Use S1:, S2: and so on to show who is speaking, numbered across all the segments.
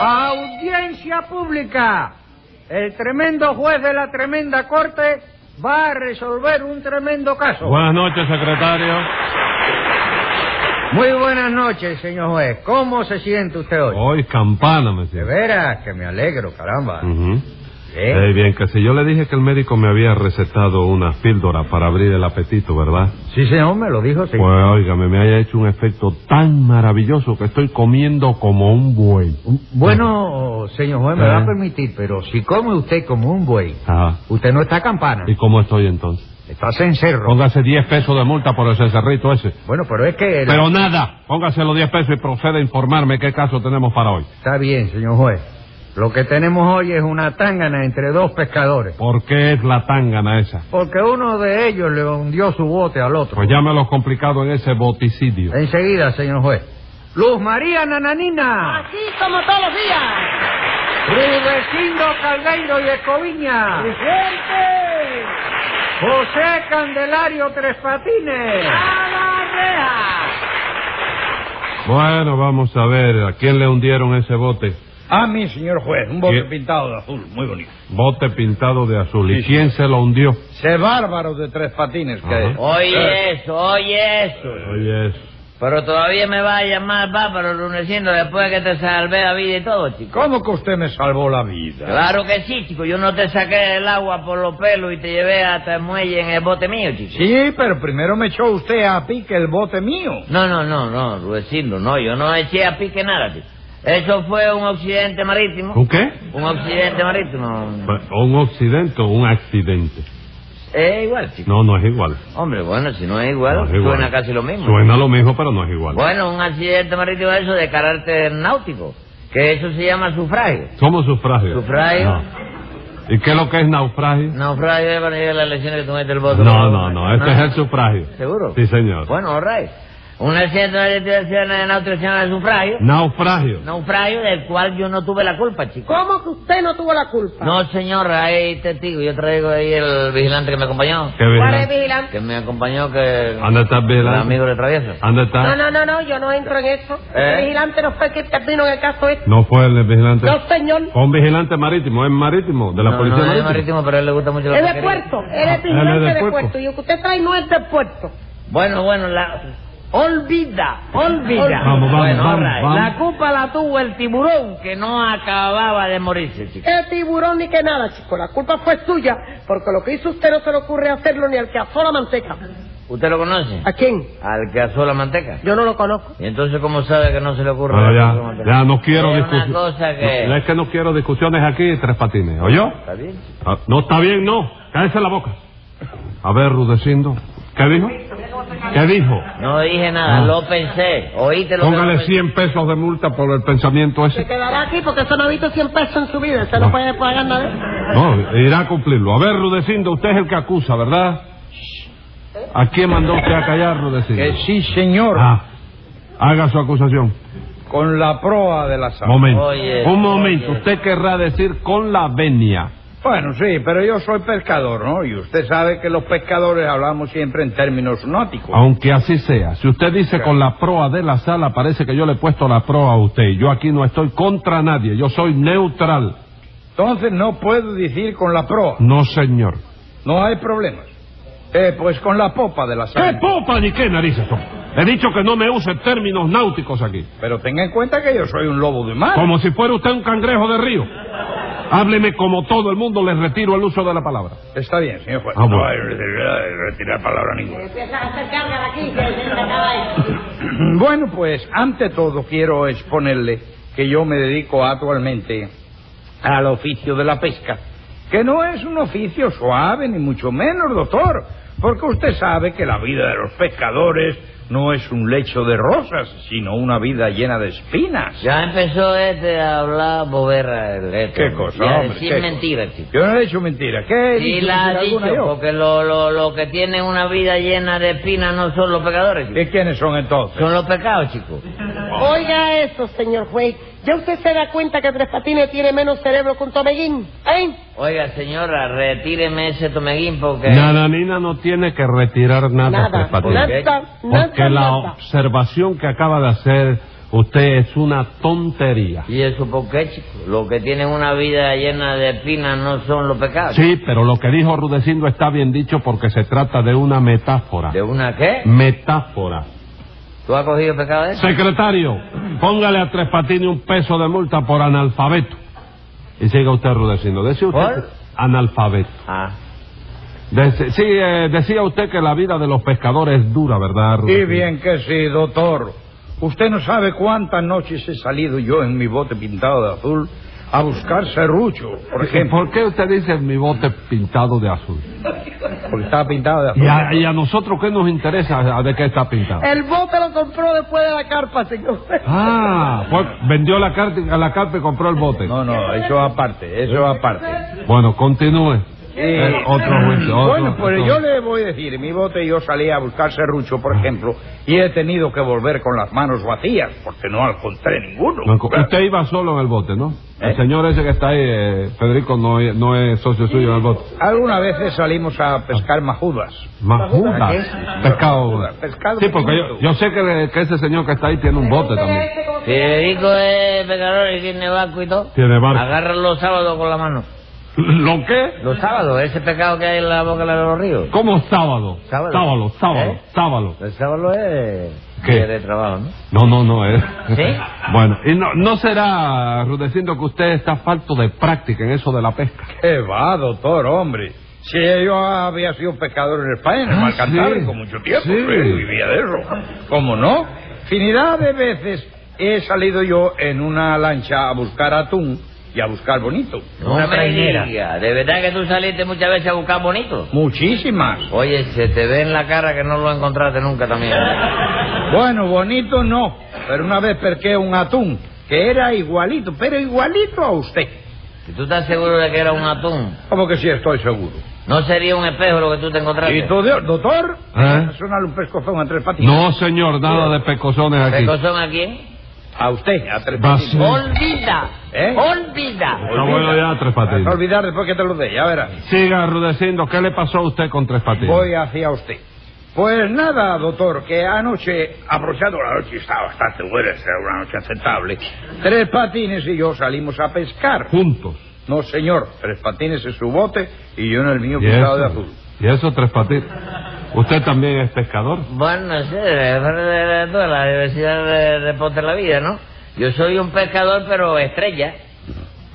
S1: Audiencia pública. El tremendo juez de la tremenda corte va a resolver un tremendo caso.
S2: Buenas noches, secretario.
S1: Muy buenas noches, señor juez. ¿Cómo se siente usted hoy?
S2: Hoy campana, me
S1: De
S2: siento.
S1: veras que me alegro, caramba.
S2: Ujú.
S1: ¿Eh?
S2: Eh, bien, que si yo le dije que el médico me había recetado unas píldoras para abrir el apetito, ¿verdad?
S1: Sí, señor, me lo dijo, sí.
S2: Pues, óigame, me haya hecho un efecto tan maravilloso que estoy comiendo como un buey.
S1: Bueno, señor juez, me va
S2: Eh.
S1: a permitir, pero si come usted como un buey,
S2: Ajá.
S1: usted no está campana,
S2: ¿Y cómo estoy entonces?
S1: está en cerro.
S2: Póngase 10 pesos de multa por el cencerrito ese.
S1: Bueno, pero es que... la-
S2: Pero nada, póngase los 10 pesos y proceda a informarme qué caso tenemos para hoy.
S1: Está bien, señor juez. Lo que tenemos hoy es una tángana entre dos pescadores.
S2: ¿Por qué es la tangana esa?
S1: Porque uno de ellos le hundió su bote al otro.
S2: Pues llámelo complicado en ese boticidio.
S1: Enseguida, señor juez. Luz María Nananina,
S3: Así como todos los días.
S1: Rudecindo Caldeiro y Escoviña,
S3: ¡Presente!
S1: José Candelario Tres Patines.
S3: ¡A la reja!
S2: Bueno, vamos a ver, ¿a quién le hundieron ese bote?
S4: A mí, señor juez, un bote
S2: ¿Qué?
S4: pintado de azul, muy bonito.
S2: Bote pintado de azul. ¿Y
S4: Sí,
S2: quién se lo hundió?
S4: Ese bárbaro de tres patines que
S2: Ajá.
S4: es. Eh,
S5: Oye eso, oye eso.
S2: Oye, eso.
S5: Pero todavía me va a llamar bárbaro luneciendo después que te salvé la vida y todo, chico.
S4: ¿Cómo que usted me salvó la vida?
S5: Claro que sí, chico. Yo no te saqué del agua por los pelos y te llevé hasta el muelle en el bote mío, chico.
S4: Sí, pero primero me echó usted a pique el bote mío.
S5: No, no, no, no, Ruecindo, no. Yo no eché a pique nada, chico. Eso fue un accidente marítimo.
S2: ¿Un qué?
S5: Un accidente marítimo.
S2: ¿Un occidente o un accidente?
S5: Es igual, chico.
S2: No, no es igual.
S5: Hombre, bueno, si no es
S2: No
S5: igual,
S2: es igual.
S5: suena casi lo mismo.
S2: Suena lo mismo, pero no es igual.
S5: Bueno, un accidente marítimo eso de carácter náutico. Que eso se llama sufragio.
S2: Somos sufragio.
S5: Sufragio.
S2: No. ¿Y qué es lo que es naufragio?
S5: Naufragio es cuando llega la lesión que tomaste el voto. Ah.
S2: No, no, no, este es el sufragio.
S5: ¿Seguro?
S2: Sí, señor.
S5: Bueno, all right. Una ciento de lesión en autorizado de sufragio.
S2: Naufragio.
S5: Naufragio del cual yo no tuve la culpa, chico.
S3: ¿Cómo que usted no tuvo la culpa?
S5: No, señor, hay testigo. Yo traigo ahí el vigilante que me acompañó.
S2: ¿Qué
S3: ¿Cuál es
S2: vigilante?
S3: vigilante?
S5: Que me acompañó que...
S2: ¿Dónde está el
S5: El
S2: vigilante?
S5: amigo de travieso.
S2: ¿Dónde está?
S3: No, no, no, no, yo no entro en eso.
S5: ¿Eh?
S3: El vigilante no fue el que intervino en el caso este.
S2: ¿No fue el vigilante?
S3: No, señor.
S2: Fue un vigilante marítimo, es marítimo, de la
S5: no,
S2: policía
S5: no, es
S2: marítima.
S5: marítimo, pero a él le gusta mucho la
S3: Es de
S5: taquería.
S3: puerto. Él
S2: Ah,
S3: es vigilante
S2: él es de
S3: de
S2: puerto.
S3: puerto. Y lo que usted trae no es de puerto.
S5: Bueno, bueno, la... Olvida, olvida.
S2: Vamos, vamos,
S5: Bueno,
S2: vamos,
S5: all right.
S2: vamos.
S5: La culpa la tuvo el tiburón que no acababa de morirse, chico.
S3: El tiburón ni que nada, chico. La culpa fue suya. Porque lo que hizo usted no se le ocurre hacerlo ni al que asó la manteca.
S5: ¿Usted lo conoce?
S3: ¿A quién?
S5: Al que asó la manteca.
S3: Yo no lo conozco.
S5: ¿Y entonces cómo sabe que no se le ocurre?
S2: Bueno,
S5: la cosa
S2: Ah, ya,
S5: manteca?
S2: ya, no quiero
S5: Es
S2: discusiones.
S5: Una cosa que...
S2: No, es que no quiero discusiones aquí, tres patines, ¿oyó?
S5: ¿Está bien?
S2: Ah, no está bien, no. Cállese la boca. A ver, Rudecindo. ¿Qué dijo? ¿Qué dijo?
S5: No dije nada,
S2: Ah.
S5: lo pensé. Oíste lo
S2: Póngale
S5: que... lo pensé.
S2: 100 pesos de multa por el pensamiento
S3: Se
S2: ese.
S3: quedará aquí porque eso no ha visto 100 pesos en su vida. Usted no
S2: No.
S3: puede pagar nada.
S2: No, irá a cumplirlo. A ver, Rudecindo, usted es el que acusa, ¿verdad? ¿A quién mandó usted a callar, Rudecindo?
S4: Que sí, señor,
S2: Ah, haga su acusación.
S4: con la proa de la sala.
S2: Momento.
S5: Oye,
S2: Un momento.
S5: oye.
S2: Usted querrá decir con la venia.
S4: Bueno, sí, pero yo soy pescador, ¿no? Y usted sabe que los pescadores hablamos siempre en términos náuticos.
S2: Aunque así sea. Si usted dice con la proa de la sala, parece que yo le he puesto la proa a usted. Yo aquí no estoy contra nadie. Yo soy neutral.
S4: Entonces no puedo decir con la proa.
S2: No, señor.
S4: No hay problemas. Eh, pues con la popa de la
S2: ¿Qué
S4: sala.
S2: popa ni qué narices son? He dicho que no me use términos náuticos aquí.
S4: Pero tenga en cuenta que yo soy un lobo de
S3: Ah.
S4: mar.
S2: Como si fuera usted un cangrejo de río. Hábleme como todo el mundo, le retiro el uso de la palabra.
S4: Está bien, señor juez.
S2: Ah, bueno.
S4: No hay retirar palabra ninguna.
S3: Empieza a hacer carga de aquí, Eh, pues, que se acaba ahí.
S4: Bueno, pues ante todo quiero exponerle que yo me dedico actualmente al oficio de la pesca, que no es un oficio suave, ni mucho menos, doctor, porque usted sabe que la vida de los pescadores no es un lecho de rosas, sino una vida llena de espinas.
S5: Ya empezó este a hablar boberra. El, este,
S4: ¿Qué cosa,
S5: Y a
S4: hombre?
S5: decir
S4: ¿Qué
S5: mentiras, chico.
S4: Yo no he hecho mentira. ¿Qué he
S5: Sí
S4: dicho
S5: la ha
S4: mentira
S5: dicho,
S4: alguna yo?
S5: porque lo, lo, lo que tiene una vida llena de espinas no son los pecadores, chico.
S4: ¿Y quiénes son entonces?
S5: Son los pecados, chico.
S3: Oiga eso, señor juez. ¿Ya usted se da cuenta que Tres Patines tiene menos cerebro que un tomeguín? ¿Eh?
S5: Oiga, señora, retíreme ese tomeguín porque...
S2: Nananina no tiene que retirar nada,
S3: Nada,
S2: Tres Patines.
S3: nada, nada,
S2: Porque la
S3: nada.
S2: observación que acaba de hacer Usted es una tontería.
S5: ¿Y eso por qué, chico? Los que tienen una vida llena de espinas no son los pecados.
S2: Sí, pero lo que dijo Rudecindo está bien dicho porque se trata de una metáfora.
S5: ¿De una qué?
S2: Metáfora.
S5: ¿Tú has cogido pecado de eso?
S2: Secretario, póngale a Tres Patines un peso de multa por analfabeto. Y siga usted Rudecindo. Decía usted
S5: ¿Por?
S2: analfabeto.
S5: Ah.
S2: Dece- sí, eh, decía usted que la vida de los pescadores es dura, ¿verdad?
S4: Y
S2: Rudecindo?
S4: bien que sí, doctor. Usted no sabe cuántas noches he salido yo en mi bote pintado de azul a buscar serrucho, por ejemplo.
S2: ¿Por qué usted dice mi bote pintado de azul?
S4: Porque estaba pintado de azul.
S2: ¿Y a, y a nosotros qué nos interesa a- de qué está pintado?
S5: Eh.
S3: El bote lo compró después de la carpa, señor.
S2: Ah, pues vendió la carta, la carta y compró el bote.
S4: No, no, eso aparte, eso aparte.
S2: Bueno, continúe.
S4: Eh,
S2: Eh, otro juicio, otro-
S4: bueno, pues
S2: otro-
S4: yo le voy a decir, en mi bote yo salí a buscar serrucho, por ejemplo, y he tenido que volver con las manos vacías, porque no encontré ninguno.
S2: Manco, Usted iba solo en el bote, ¿no? El
S4: ¿Eh?
S2: señor ese que está ahí, eh, Federico, no, es- no es socio suyo en el bote.
S4: Algunas veces salimos a pescar majudas.
S2: Majudas.
S4: ¿Qué?
S2: Pescado.
S4: Majudas, pescado
S2: Sí, porque yo,
S4: pequeñito.
S2: yo sé que, que ese señor que está ahí tiene un bote también.
S5: Federico es pecador y tiene barco y todo.
S2: Tiene barco.
S5: Agarra los sábados con la mano.
S2: ¿Lo qué?
S5: Los sábados, ese pecado que hay en la boca de los ríos.
S2: ¿Cómo sábado?
S5: Sábado.
S2: Sábado, sábado,
S5: ¿Eh?
S2: sábado.
S5: El sábado es
S2: ¿Qué?
S5: día de trabajo, ¿no?
S2: No, no, no es.
S5: ¿Sí?
S2: Bueno, y no, no será, Rudecindo, que usted está falto de práctica en eso de la pesca.
S4: ¿Qué va, doctor, hombre? Si yo había sido pescador en España, en el
S2: Ah,
S4: Mar
S2: sí.
S4: Cantábrico, mucho tiempo,
S2: Sí.
S4: eh, vivía de eso. ¿Cómo no? Finidad de veces he salido yo en una lancha a buscar atún y a buscar bonito.
S5: No me diga, de verdad que tú saliste muchas veces a buscar bonito.
S4: Muchísimas.
S5: Oye, se te ve en la cara que no lo encontraste nunca también.
S4: Bueno, bonito no, pero una vez perqué un atún que era igualito, pero igualito a usted.
S5: ¿Y tú estás seguro de que era un atún?
S4: Como que sí, estoy seguro.
S5: ¿No sería un espejo lo que tú te encontraste?
S4: ¿Y tú, doctor?
S2: ¿Eh?
S4: Sonale un pescozón a tres patitas.
S2: No, señor, nada de pescozones aquí.
S5: ¿Pecosón a quién?
S4: A usted, a tres
S2: Va a
S4: patitas.
S2: ser-
S5: ¡Olvida!
S4: ¿Eh?
S5: ¡Olvida!
S2: Está bueno ya, Tres
S4: Vas a
S2: Patines.
S4: olvidar después que te lo dé, ya verás.
S2: Siga, Rudecindo, ¿qué le pasó a usted con Tres Patines?
S4: Voy hacia usted. Pues nada, doctor, que anoche, aprovechando la noche, está bastante buena, era una noche aceptable. Tres patines y yo salimos a pescar.
S2: Juntos.
S4: No, señor, tres patines en su bote y yo en el mío
S2: ¿Y
S4: pintado de
S2: eso?
S4: azul.
S2: ¿Y eso, Tres Patines? ¿Usted también es pescador?
S5: Bueno, sí, es parte de la- toda la diversidad de, de Ponte la Vida, ¿no? Yo soy un pescador, pero estrella.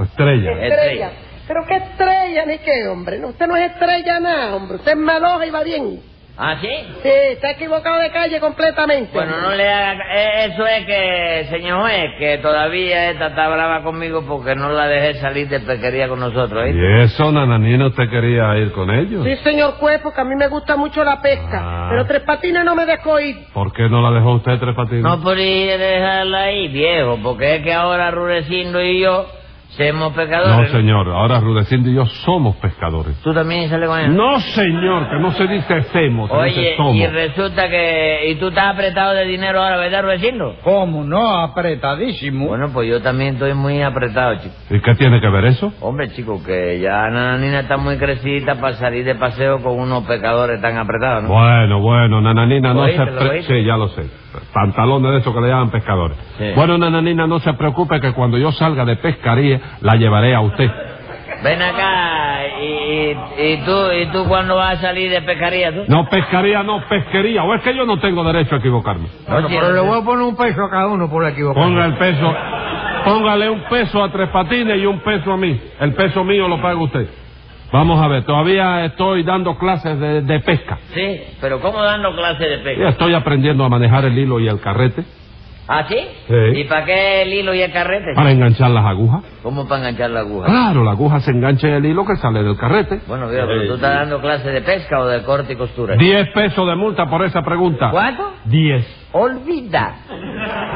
S2: Estrella.
S5: Estrella.
S3: Estrella. Pero qué estrella, ni qué, hombre. No, usted no es estrella nada, hombre. Usted es maloja y va bien.
S5: ¿Ah, sí?
S3: Sí, se ha equivocado de calle completamente.
S5: Bueno, no le haga... eh, Eso es que, señor juez, que todavía esta está brava conmigo porque no la dejé salir de pesquería con nosotros, ¿eh?
S2: ¿Y eso, Nananina, usted quería ir con ellos?
S3: Sí, señor juez, porque a mí me gusta mucho la pesca.
S2: Ah.
S3: Pero Tres Patines no me dejó ir.
S2: ¿Por qué no la dejó usted, Tres Patines?
S5: No podía dejarla ahí, viejo, porque es que ahora Rudecindo y yo somos
S2: No,
S5: pecadores. ¿no?
S2: señor, ahora Rudecindo y yo somos pescadores.
S5: ¿Tú también sales con él?
S2: No, señor, que no se dice hacemos, se
S5: Oye,
S2: dice somos.
S5: y resulta que... ¿Y tú estás apretado de dinero ahora, verdad, Rudecindo?
S4: ¿Cómo no? Apretadísimo.
S5: Bueno, pues yo también estoy muy apretado, chico.
S2: ¿Y qué tiene que ver eso?
S5: Hombre, chico, que ya Nananina está muy crecidita para salir de paseo con unos pecadores tan apretados, ¿no?
S2: Bueno, bueno, Nananina, no
S5: Oíste,
S2: se
S5: lo
S2: pre-
S5: oíste.
S2: Sí, ya lo sé. Pantalones de esos que le llaman pescadores.
S5: Sí.
S2: Bueno, Nananina, no se preocupe que cuando yo salga de pescaría, la llevaré a usted.
S5: Ven acá, y, y, y tú, ¿y tú cuándo vas a salir de pescaría, tú?
S2: No, pescaría, no, pesquería. O es que yo no tengo derecho a equivocarme.
S5: Bueno, pero le voy a
S4: poner un peso a cada uno por equivocar.
S2: Ponga el peso, póngale un peso a Tres Patines y un peso a mí. El peso mío lo paga usted. Vamos a ver, todavía estoy dando clases de, de pesca.
S5: Sí, pero ¿cómo dando clase de
S2: Ya
S5: pesca?
S2: estoy aprendiendo a manejar el hilo y el carrete
S5: ¿Ah, sí?
S2: Sí.
S5: ¿Y para qué el hilo y el carrete?
S2: para enganchar las agujas.
S5: ¿Cómo para enganchar la aguja?
S2: Claro, la aguja se engancha en el hilo que sale del carrete.
S5: Bueno, mira,
S2: Eh,
S5: pero tú estás dando clase de pesca o de corte y costura.
S2: Diez pesos de multa por esa pregunta.
S5: ¿Cuánto?
S2: Diez.
S5: Olvida.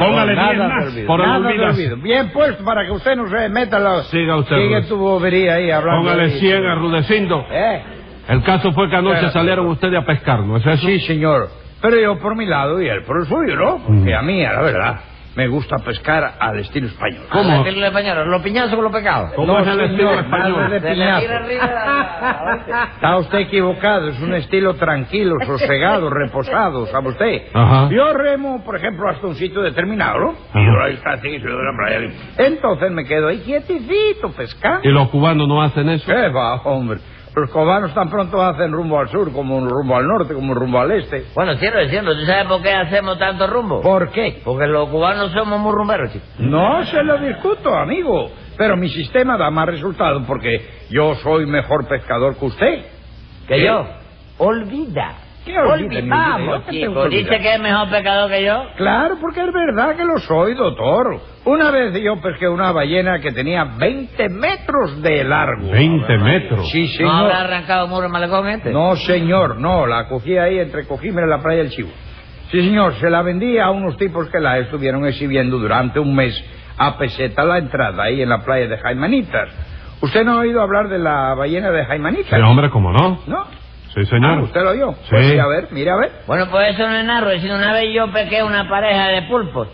S2: Póngale diez más por el
S4: Nada de
S2: olvidas.
S4: olvido. Bien puesto para que usted no se meta en los...
S2: Siga usted,
S4: Sigue
S2: Rudecindo.
S4: tu bobería ahí hablando.
S2: Póngale
S4: de-
S2: cien a Rudecindo.
S4: ¿Eh?
S2: El caso fue que anoche
S4: Claro.
S2: salieron ustedes a pescar, ¿no es eso?
S4: Sí, señor. Pero yo por mi lado y él por el suyo, ¿no? Porque
S2: Mm.
S4: a mí, a la verdad, me gusta pescar al estilo español.
S2: ¿Cómo?
S5: Al estilo español, los piñazos con los pecados.
S2: ¿Cómo
S4: No,
S2: es el estilo
S4: señor,
S2: español?
S4: nada de
S5: Se le tira
S4: piñazo.
S5: arriba la-
S4: Está usted equivocado, es un estilo tranquilo, sosegado, reposado, ¿sabe usted?
S2: Ajá.
S4: Yo remo, por ejemplo, hasta un sitio determinado, ¿no? Y yo ahí está, así, y yo de la playa. Entonces me quedo ahí quietecito pescando.
S2: ¿Y los cubanos no hacen eso?
S4: ¿Qué va, hombre? Los cubanos tan pronto hacen rumbo al sur, como un rumbo al norte, como un rumbo al este.
S5: Bueno, quiero decirlo, ¿tú sabes por qué hacemos tanto rumbo?
S4: ¿Por qué?
S5: Porque los cubanos somos muy rumberos, chicos.
S4: No se lo discuto, amigo. Pero mi sistema da más resultado porque yo soy mejor pescador que usted.
S5: ¿Que
S4: ¿Qué?
S5: yo? Olvida.
S4: ¿Qué olvida, mi vida?
S5: Olvidamos,
S4: ¿Qué tengo
S5: chico.
S4: que
S5: ¿Dice
S4: olvidar?
S5: que es mejor pecador que yo?
S4: Eh, Claro, porque es verdad que lo soy, doctor. Una vez yo pesqué una ballena que tenía 20 metros de largo.
S2: 20 metros.
S4: Sí,
S5: ¿No
S4: señor.
S5: habrá arrancado muro el malecón este?
S4: No, señor, no. La cogí ahí entre Cojimbre y la playa del Chivo. Sí, señor, se la vendí a unos tipos que la estuvieron exhibiendo durante un mes a peseta la entrada ahí en la playa de Jaimanitas. ¿Usted no ha oído hablar de la ballena de
S2: Sí,
S4: Jaimanitas?
S2: hombre, ¿cómo no?
S4: ¿No?
S2: Sí, señor.
S4: Ah, ¿Usted lo oyó?
S2: Sí.
S4: Pues mire a ver, mire a ver.
S5: Bueno, pues eso no es narro. Es decir, una vez yo pequé una pareja de pulpos.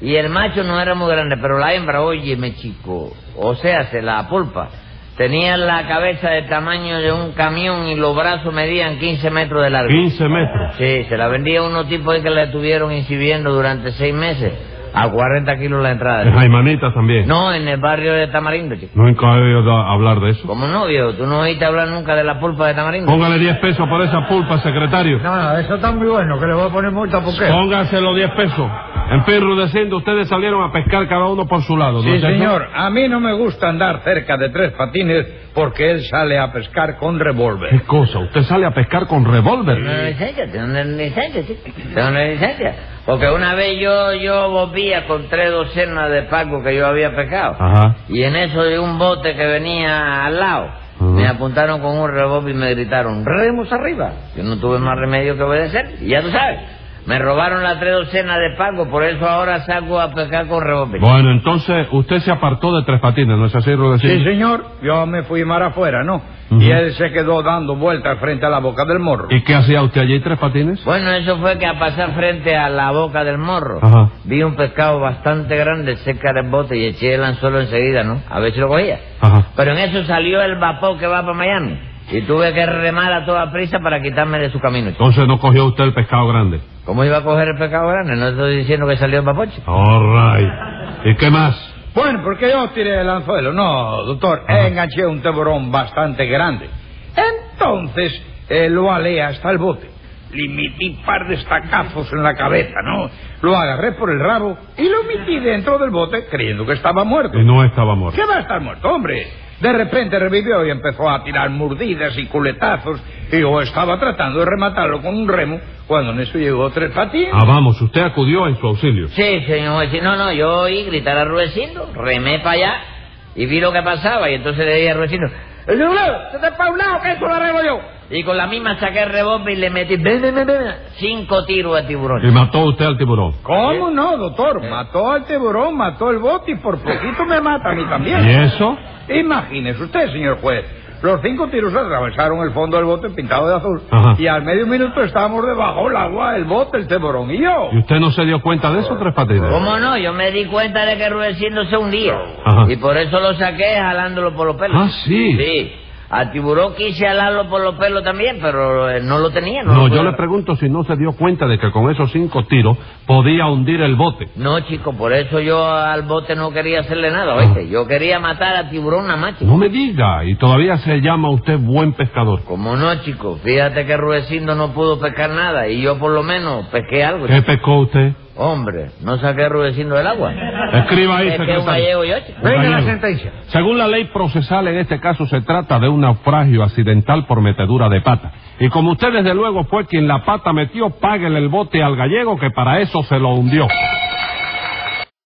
S5: Y el macho no era muy grande, pero la hembra, óyeme, chico. O sea, se la pulpa. Tenía la cabeza del tamaño de un camión y los brazos medían 15 metros de largo.
S2: 15 metros.
S5: Sí, se la vendía a unos tipos ahí que la estuvieron exhibiendo durante seis meses. A 40 kilos la entrada.
S2: En
S5: chico.
S2: Jaimanita también.
S5: No, en el barrio de Tamarindo, chico.
S2: Nunca he oído da- hablar de eso.
S5: Como no, viejo? ¿Tú no oíste hablar nunca de la pulpa de Tamarindo?
S2: Póngale 10 pesos por esa pulpa, secretario.
S1: No, eso está muy bueno, que le voy a poner multa, ¿por qué?
S2: Póngaselo 10 pesos. En Pirrudecindo ustedes salieron a pescar cada uno por su lado, ¿no
S4: Sí,
S2: es eso?
S4: señor. A mí no me gusta andar cerca de tres patines porque él sale a pescar con
S2: ¿Qué
S4: revólver.
S2: cosa? ¿Usted sale a pescar con revólver?
S5: Tengo una licencia, tengo una licencia, sí. Tengo una licencia. Porque una vez yo, yo volvía con tres docenas de pacos que yo había pescado.
S2: Ajá.
S5: Y en eso de un bote que venía al lado,
S2: Ujú.
S5: me apuntaron con un revólver y me gritaron, remos arriba. Yo no tuve más remedio que obedecer, y ya tú sabes. Me robaron las tres docenas de pacos, por eso ahora salgo a pescar con revólver.
S2: Bueno, entonces usted se apartó de Tres Patines, ¿no es así,
S4: Sí,
S2: Rudecindo?
S4: señor. Yo me fui mar afuera, ¿no?
S2: Ujú.
S4: Y él se quedó dando vueltas frente a la boca del morro.
S2: ¿Y qué hacía usted allí, Tres Patines?
S5: Bueno, eso fue que a pasar frente a la boca del morro,
S2: Ajá.
S5: vi un pescado bastante grande cerca del bote y eché el anzuelo enseguida, ¿no? A ver si lo cogía.
S2: Ajá.
S5: Pero en eso salió el vapor que va para Miami y tuve que remar a toda prisa para quitarme de su camino. chico.
S2: Entonces no cogió usted el pescado grande.
S5: ¿Cómo iba a coger el pescado grande? No estoy diciendo que salió el vapor, chico.
S2: All right. ¿Y qué más?
S4: Bueno, porque yo tiré el anzuelo. No, doctor,
S2: Ajá.
S4: enganché un tiburón bastante grande. Entonces, eh, lo alé hasta el bote. Le metí par de estacazos en la cabeza, ¿no? Lo agarré por el rabo y lo metí dentro del bote creyendo que estaba muerto.
S2: Y no estaba muerto.
S4: ¿Qué va a estar muerto, hombre? De repente revivió y empezó a tirar mordidas y culetazos. Y yo estaba tratando de rematarlo con un remo cuando en eso llegó tres patines.
S2: Ah, vamos, usted acudió en su auxilio.
S5: Sí, señor juez. Sí, No, no, yo oí gritar a Ruecindo, remé para allá y vi lo que pasaba y entonces le dije a Ruecindo,
S4: ¡Se te pa' un lado, que eso lo arreglo yo!
S5: y con la misma saqué el revólver y le metí ven, ven, ven, ven, cinco tiros al tiburón.
S2: Y mató usted al tiburón.
S4: ¿Cómo no, doctor? Mató al tiburón, mató el bote y por poquito me mata a mí también.
S2: ¿Y eso?
S4: Imagínese usted, señor juez. Los cinco tiros atravesaron el fondo del bote pintado de azul.
S2: Ajá.
S4: Y al medio minuto estábamos debajo del agua, el bote, el tiburón y yo.
S2: ¿Y usted no se dio cuenta de eso, Tres Patines?
S5: ¿Cómo no? Yo me di cuenta de que Rudecindo se hundía.
S2: Ajá.
S5: Y por eso lo saqué jalándolo por los pelos.
S2: Ah, sí.
S5: Sí. Al tiburón quise jalarlo por los pelos también, pero eh, no lo tenía. No,
S2: No,
S5: lo
S2: yo
S5: pude-
S2: le pregunto si no se dio cuenta de que con esos cinco tiros podía hundir el bote.
S5: No, chico, por eso yo al bote no quería hacerle nada, ¿oíste? Yo quería matar al tiburón nada más, chico.
S2: No me diga, y todavía se llama usted buen pescador.
S5: Como no, chico, fíjate que Rudecindo no pudo pescar nada y yo por lo menos pesqué algo.
S2: ¿Qué
S5: chico.
S2: pescó usted?
S5: Hombre, no saqué a Rudecindo del agua.
S2: Escriba Eh, ahí,
S5: Es que un
S2: secretario.
S5: gallego yo, chico.
S2: Un
S1: Venga la
S2: gallego.
S1: sentencia.
S2: Según la ley procesal, en este caso se trata de un naufragio accidental por metedura de pata. Y como usted desde luego fue quien la pata metió, páguele el bote al gallego que para eso se lo hundió.